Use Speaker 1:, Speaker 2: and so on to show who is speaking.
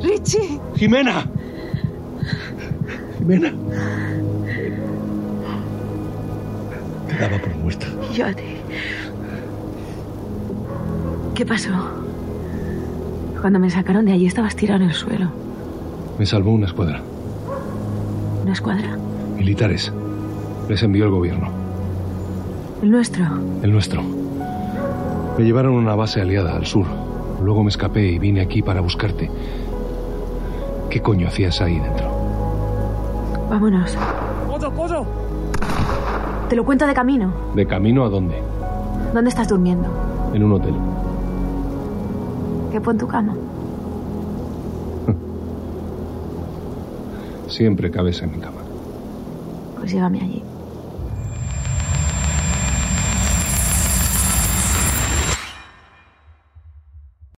Speaker 1: leche!
Speaker 2: Jimena. Jimena. Te daba por muerta.
Speaker 1: Yo a ti. ¿Qué pasó? Cuando me sacaron de allí estabas tirado en el suelo.
Speaker 2: Me salvó una escuadra.
Speaker 1: ¿Una escuadra?
Speaker 2: Militares. Les envió el gobierno.
Speaker 1: ¿El nuestro?
Speaker 2: El nuestro. Me llevaron a una base aliada al sur. Luego me escapé y vine aquí para buscarte. ¿Qué coño hacías ahí dentro?
Speaker 1: Vámonos.
Speaker 3: ¡Pollo, pollo!
Speaker 1: Te lo cuento de camino.
Speaker 2: ¿De camino a dónde?
Speaker 1: ¿Dónde estás durmiendo?
Speaker 2: En un hotel.
Speaker 1: ¿Qué pon tu cama?
Speaker 2: Siempre cabeza en mi cama.
Speaker 1: Pues llévame allí.